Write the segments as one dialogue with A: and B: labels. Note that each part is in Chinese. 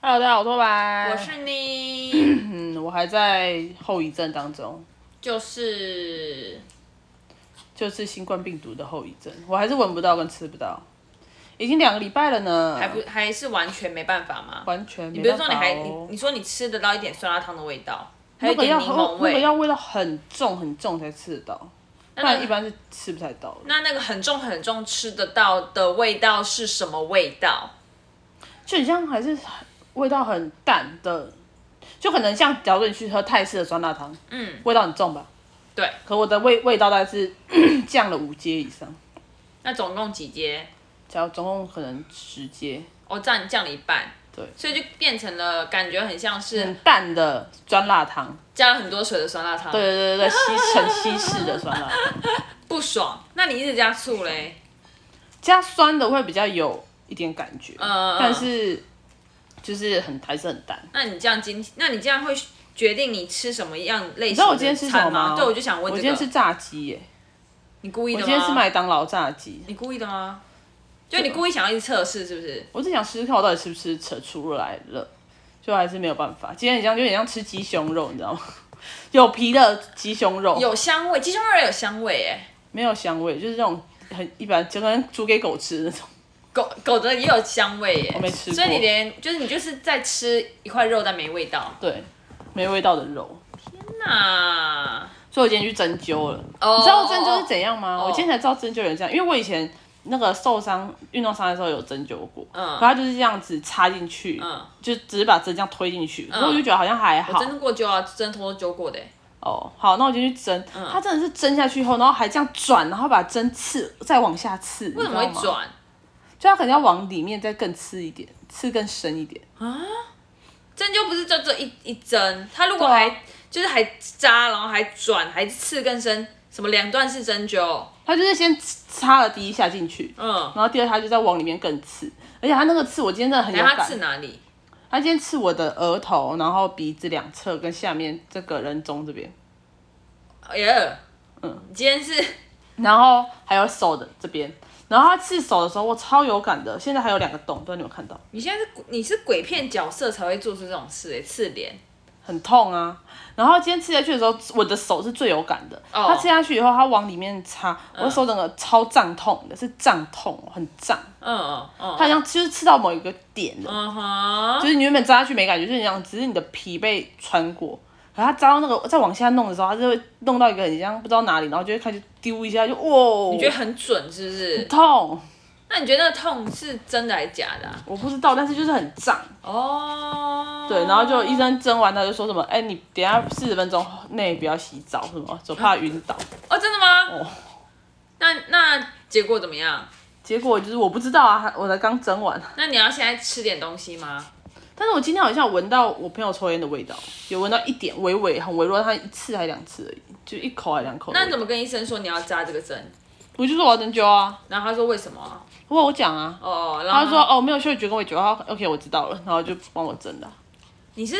A: Hello，大家好，我是白，
B: 我是你，
A: 嗯，我还在后遗症当中，
B: 就是
A: 就是新冠病毒的后遗症，我还是闻不到跟吃不到，已经两个礼拜了呢，
B: 还不还是完全没办法吗？
A: 完全没
B: 你比如
A: 办
B: 说
A: 法
B: 你还你
A: 哦
B: 你说你吃得到一点酸辣汤的味道，还有
A: 那
B: 一
A: 个
B: 点
A: 要
B: 柠檬
A: 那个
B: 味，
A: 要味道很重很重才吃得到，不
B: 那
A: 然一般是吃不太到的。
B: 那那个很重很重吃得到的味道是什么味道？
A: 就很像还是味道很淡的，就可能像假如你去喝泰式的酸辣汤，嗯，味道很重吧？
B: 对。
A: 可我的味味道大概是 降了五阶以上，
B: 那总共几阶？
A: 假如总共可能十阶，
B: 哦，占降了一半，
A: 对，嗯
B: 所以就变成了感觉很像是
A: 很淡的酸辣汤。
B: 加了很多水的酸辣汤，
A: 对，对对 对，西很西式的酸辣汤，
B: 不爽。那你一直加醋嘞？
A: 加酸的会比较有一点感觉，
B: 嗯嗯嗯
A: 但是就是很还是很淡。
B: 那你这样今，那你这样会决定你吃什么样类
A: 你
B: 型的餐吗？你
A: 知道我今天吃什么吗？
B: 对，我就想问
A: 我
B: 这
A: 今天吃
B: 个。
A: 炸鸡耶，
B: 你故意
A: 我
B: 的吗？
A: 今天吃麦当劳炸鸡。
B: 你故意的吗？就你故意想要一直测试是不是？
A: 我只想试试看我到底是不是扯出来了，就还是没有办法。今天很像，有点像吃鸡胸肉，你知道吗？ 有皮的鸡胸肉，
B: 有香味，鸡胸肉也有香味哎，
A: 没有香味，就是那种很一般，就跟煮给狗吃的那种。
B: 狗狗的也有香味耶。
A: 我没吃过
B: 所以你连就是你就是在吃一块肉但没味道。
A: 对，没味道的肉。
B: 那
A: 所以我今天去针灸了。
B: 啊哦，
A: 你知道针灸是怎样吗
B: 哦
A: 我今天才知道针灸有人这样，因为我以前那个受伤运动伤的时候有针灸过，
B: 嗯
A: 可它就是这样子插进去，
B: 嗯
A: 就只是把针这样推进去，所以我就觉得好像还好。
B: 真的过灸啊，真的偷偷灸过的耶。
A: 哦，好，那我就去针。
B: 嗯
A: 它真的是针下去以后，然后还这样转，然后把针刺再往下刺，为
B: 为什么会？转？
A: 就它可能要往里面再更刺一点，刺更深一点。
B: 针灸不是就这一一针，它如果
A: 对啊
B: 还、就是还扎，然后还转，还刺更深，什么两段式针灸，
A: 它就是先插了第一下进去，
B: 嗯，
A: 然后第二下就再往里面更刺，而且它那个刺我今天真的很有
B: 然哎后它
A: 感
B: 刺。哪里？
A: 它今天刺我的额头，然后鼻子两侧跟下面这个人中这边，
B: 哎呀，嗯，今天是
A: 然后还有手的这边。然后它刺手的时候，我超有感的，现在还有两个洞，不知道你有没有看到，
B: 你现在是你是鬼片角色才会做出这种事哎、刺脸
A: 很痛啊。然后今天刺下去的时候，我的手是最有感的。
B: 哦
A: 它刺下去以后，它往里面插，我的手整个超胀痛的，是胀痛，很胀。
B: 嗯嗯嗯，
A: 它好像就是刺到某一个点了，
B: 嗯哼，
A: 就是你原本扎下去没感觉，就是你讲，只是你的皮被穿过。可它扎到那个再往下弄的时候，它就会弄到一个很像不知道哪里，然后就会开始丢一下，就哦哇，
B: 你觉得很准是不是？
A: 痛？
B: 那你觉得那个痛是真的还是假的、啊？
A: 我不知道，但是就是很胀。
B: 哦，
A: 对，然后就医生针完，他就说什么，哎、你等一下四十分钟内不要洗澡，什么，就怕晕倒。
B: 哦，真的吗？
A: 哦
B: 那那结果怎么样？
A: 结果就是我不知道啊，我才刚蒸完。
B: 那你要现在吃点东西吗？
A: 但是我今天好像有闻到我朋友抽烟的味道，有闻到一点微微很微弱，他一次还两次而已，就一口还两口的味道。
B: 那你怎么跟医生说你要扎这个针？
A: 我就说我要针灸啊，
B: 然后他说为什么啊？
A: 不过我讲啊，
B: 哦，然后
A: 他说哦没有嗅觉跟味觉，他 OK 我知道了，然后就帮我针的啊。
B: 你是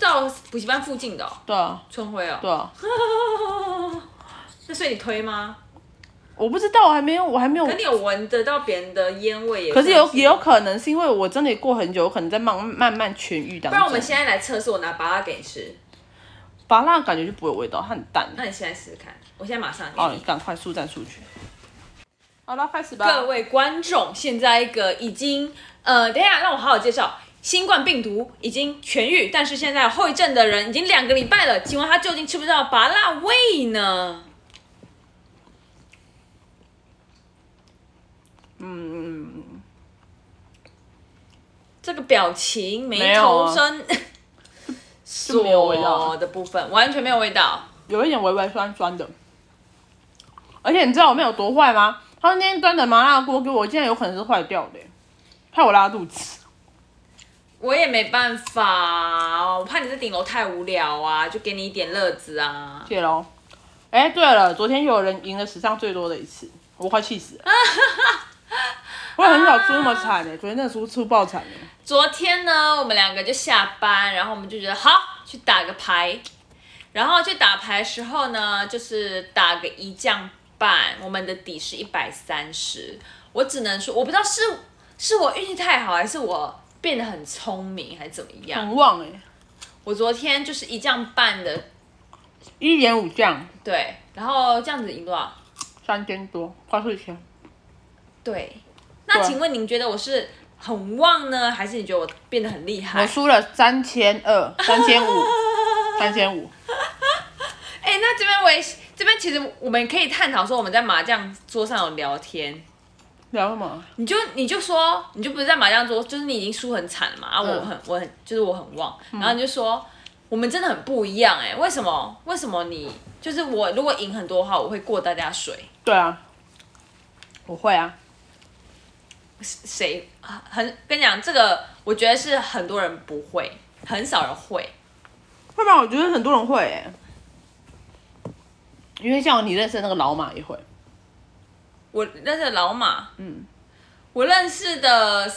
B: 到补习班附近的、哦、
A: 对啊，
B: 春晖哦，
A: 对啊，
B: 那所以你推吗？
A: 我不知道，我还没有，我还没有
B: 可你有闻得到别人的烟味也
A: 可是有
B: 算
A: 也有可能是因为我真的过很久，我可能在慢慢慢痊愈当中。
B: 不然我们现在来测试，我拿拔蜡给你吃。
A: 拔蜡感觉就不会有味道，它很淡。
B: 那你现在试试看，我现在马上给
A: 哦，
B: 你。
A: 你赶快速战速决。好了，开始吧。
B: 各位观众，现在一个已经呃，等一下让我好好介绍。新冠病毒已经痊愈，但是现在有后遗症的人已经两个礼拜了，请问他究竟吃不吃到拔辣味呢？嗯，这个表情、
A: 没
B: 眉
A: 有啊
B: 头深
A: 就没有味道
B: 锁的部分完全没有味道。
A: 有一点微微酸酸的。而且你知道我妹有多坏吗？她那天端的麻辣锅给我，竟然有可能是坏掉的耶，害我拉肚子。
B: 我也没办法，我怕你在顶楼太无聊啊，就给你一点乐子啊。
A: 谢喽。哎、对了，昨天有人赢了史上最多的一次，我快气死了。我也很少出那么惨的，昨天真的出出爆惨的。
B: 昨天呢，我们两个就下班，然后我们就觉得好去打个牌，然后去打牌的时候呢，就是打个一将半，我们的底是一百三十，我只能说我不知道是是我运气太好，还是我变得很聪明还是怎么样？
A: 很旺哎、
B: 我昨天就是一酱拌的，
A: 一点五降
B: 对，然后这样子赢多少？
A: 三千多，快四千。
B: 对。
A: 对
B: 那
A: 啊
B: 请问您觉得我是很旺呢，还是你觉得我变得很厉害
A: 我？输了三千二、三千五、三千五。
B: 哎、那这边我也这边其实我们可以探讨说我们在麻将桌上有聊天，
A: 聊什么？
B: 你就你就说你就不是在麻将桌，就是你已经输很惨了嘛啊，我
A: 嗯
B: 很、我很就是我很旺，然后你就说我们真的很不一样哎、为什么为什么你就是我如果赢很多的话，我会过大家水，
A: 对啊，我会啊。
B: 谁啊很跟你讲这个，我觉得是很多人不会，很少人会，
A: 会吧？我觉得很多人会哎、因为像你认识的那个老马也会。
B: 我认识的老马，
A: 嗯，
B: 我认识的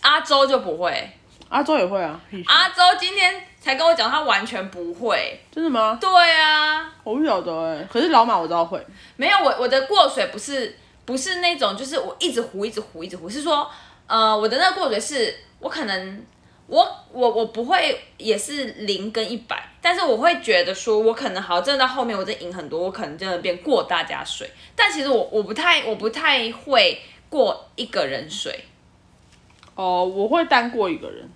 B: 阿周就不会。
A: 阿周也会啊，屁事
B: 阿周今天才跟我讲，他完全不会。
A: 真的吗？
B: 对啊，
A: 我不晓得哎、可是老马我知道会，
B: 没有我我的过水不是不是那种，就是我一直糊一直糊一直糊，是说呃我的那个过水是我可能我我我不会也是零跟一百，但是我会觉得说我可能好真的到后面我真的赢很多，我可能真的变过大家水，但其实我我不太我不太会过一个人水。
A: 哦，我会单过一个人，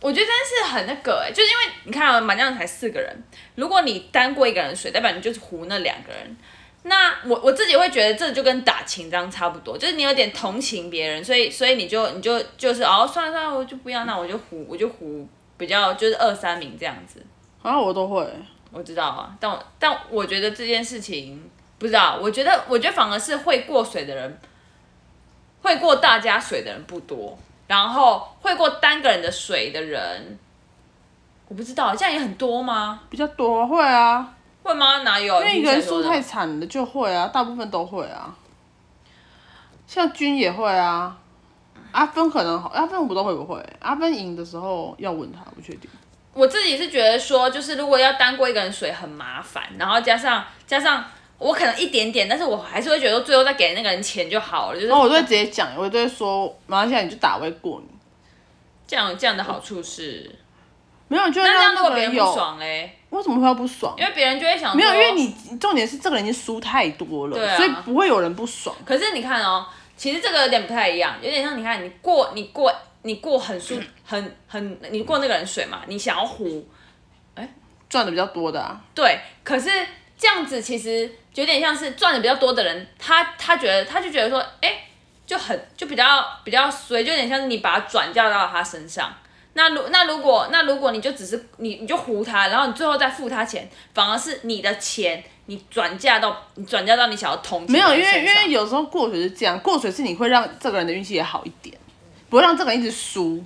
B: 我觉得真是很那个、欸，就是因为你看、啊、麻将才四个人，如果你单过一个人水，代表你就是胡那两个人。那我我自己会觉得这就跟打情章差不多，就是你有点同情别人，所以所以你就你就就是哦，算了算了，我就不要，那我就胡我就胡比较就是二三名这样子。
A: 啊，我都会欸、
B: 我知道啊，但我但我觉得这件事情不知道，我觉得我觉得反而是会过水的人，会过大家水的人不多，然后会过单个人的水的人，我不知道，这样也很多吗？
A: 比较多会啊，
B: 会吗？哪有？
A: 因为一
B: 你
A: 个人
B: 听谁说
A: 输
B: 的
A: 太惨了就会啊，大部分都会啊，像君也会啊，阿芬可能好，阿芬我不知道会不会，阿芬赢的时候要问他，我不确定。
B: 我自己是觉得说，就是如果要单过一个人水很麻烦，然后加上加上我可能一点点，但是我还是会觉得最后再给那个人钱就好了，就是
A: 然哦后我都会直接讲，我都会说，马来西亚你就打我会过你，
B: 这样这样的好处是，
A: 没有，就会
B: 那这
A: 让
B: 样如
A: 那
B: 果
A: 个
B: 别人
A: 人
B: 不
A: 有，
B: 爽嘞，
A: 为什么会要不爽
B: 因？为别人就会想
A: 没有，因
B: 说
A: 为你重点是这个人已经输太多了，
B: 对啊
A: 所以不会有人不爽。
B: 可是你看哦，其实这个有点不太一样，有点像你看你过你过你过很舒很很你过那个人水嘛，你想要糊，
A: 赚的比较多的啊，
B: 对，可是这样子其实有点像是赚的比较多的人，他他觉得他就觉得说，哎、就很就比较比较衰，就有点像是你把它转嫁到他身上。那如那如果那如果你就只是你你就糊他，然后你最后再付他钱，反而是你的钱你转嫁到你转嫁到你想要同情
A: 没
B: 的
A: 有，因
B: 人
A: 为因
B: 身上
A: 为有时候过水是这样，过水是你会让这个人的运气也好一点，不会让这个人一直输，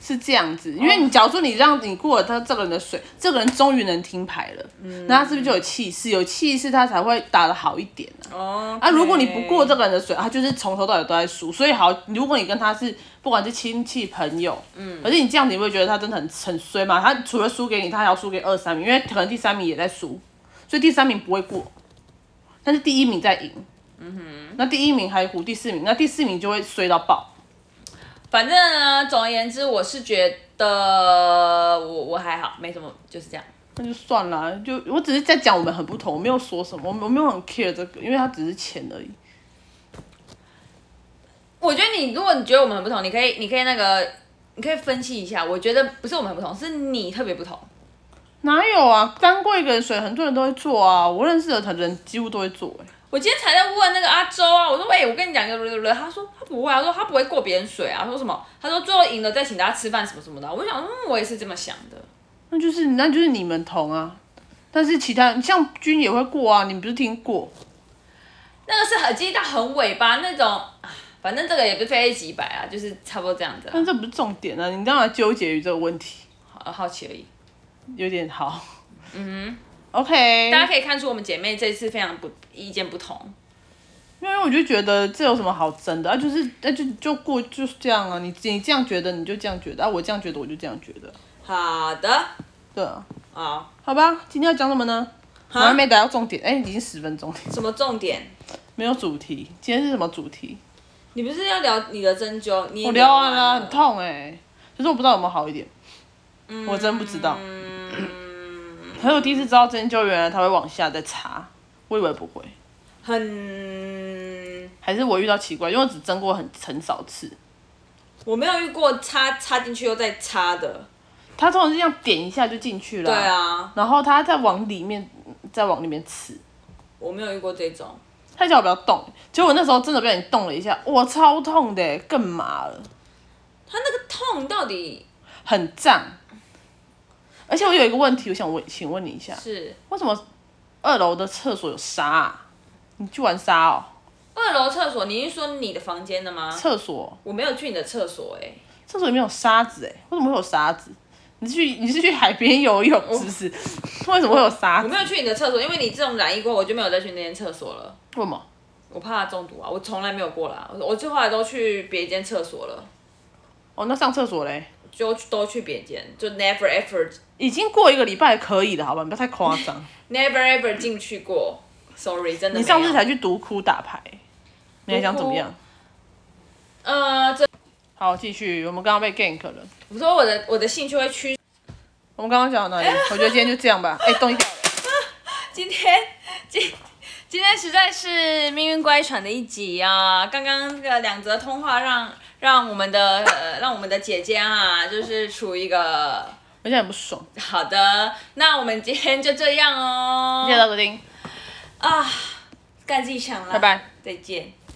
A: 是这样子。因为你假如说你让你过了他这个人的水，这个人终于能听牌了，那他是不是就有气势？有气势他才会打得好一点啊。
B: 哦
A: 啊，如果你不过这个人的水，他就是从头到尾都在输。所以好，如果你跟他是不管是亲戚朋友，嗯，可是你这样子，你会觉得他真的很很衰嘛？他除了输给你，他还要输给二三名，因为可能第三名也在输，所以第三名不会过，但是第一名在赢。嗯哼，那第一名还胡第四名，那第四名就会衰到爆。
B: 反正呢，总而言之，我是觉得我我还好，没什么，就是这样。
A: 那就算了，就我只是在讲我们很不同，我没有说什么，我没我没有很 care 这个，因为他只是钱而已。
B: 我觉得你，如果你觉得我们很不同，你可以，你可以那个，你可以分析一下。我觉得不是我们很不同，是你特别不同。
A: 哪有啊？单过一个人水，很多人都会做啊，我认识的人几乎都会做、欸。
B: 我今天才在问那个阿周啊，我说喂、我跟你讲一个，他说他不会啊，他说他不会过别人水啊，说什么？他说最后赢了再请大家吃饭什么什么的啊。我想，嗯，我也是这么想的。
A: 那就是那就是你们同啊，但是其他人像君也会过啊，你们不是听过？
B: 那个是很记到很尾巴那种，啊反正这个也不是非黑即白啊，就是差不多这样子啊、
A: 但这不是重点啊，你当然纠结于这个问题，
B: 好好奇而已。
A: 有点好。嗯，OK，
B: 大家可以看出我们姐妹这次非常不意见不同。
A: 因为我就觉得这有什么好争的啊？就是那、就就过就是这样啊，你你这样觉得你就这样觉得啊，我这样觉得我就这样觉得，
B: 好的，
A: 对啊，
B: 啊，
A: 好吧，今天要讲什么呢？我还没达到重点，哎、已经十分钟了，
B: 什么重点？
A: 没有主题，今天是什么主题？
B: 你不是要聊你的针灸？你
A: 我
B: 聊
A: 撩完了，
B: 了，
A: 很。痛哎、可是我不知道有没有好一点，
B: 嗯
A: 我真不知道。可是我第一次知道针灸原来它会往下再插，我以为不会，
B: 很，
A: 还是我遇到奇怪，因为我只针过很很少次。
B: 我没有遇过插插进去又再插的。
A: 它通常是这样点一下就进去了，
B: 对，啊，
A: 然后它再往里面再往里面刺，
B: 我没有遇过这种。
A: 他叫我不要动，结果我那时候真的被你动了一下，我超痛的，更麻了，
B: 它那个痛到底
A: 很胀。而且我有一个问题，我想问，请问你一下，
B: 是
A: 为什么二楼的厕所有沙、啊？你去玩沙哦？
B: 二楼厕所？你是说你的房间的吗？
A: 厕所，
B: 我没有去你的厕所哎、
A: 厕所里面有沙子哎，为什么会有沙子？你是去你是去海边游泳是不是？为什么会有沙
B: 我
A: 子？
B: 没有去你的厕所，因为你这种染疫过，我就没有再去那间厕所了。
A: 为什么？
B: 我怕中毒啊，我从来没有过啦。我我就后来都去别间厕所了，
A: 哦，那上厕所嘞？
B: 就都去别间，就 never ever
A: 已经过一个礼拜可以了，好吧，你不要太夸张。
B: never ever 进去过。Sorry，真的没有。
A: 你上次才去独窟打牌，你还想怎么样？
B: 呃，这
A: 好，继续，我们刚刚被 gank 了。
B: 我说我的我的兴趣会趋。
A: 我们刚刚讲到哪里？我觉得今天就这样吧。哎、东西掉了。
B: 今天今今天实在是命运乖舛的一集啊！刚刚这个两则通话让让我们的呃让我们的姐姐啊，就是处于一个
A: 我现在很不爽。
B: 好的。那我们今天就这样哦。
A: 谢谢大家收听，
B: 啊，干自己想了，
A: 拜拜。
B: 再见。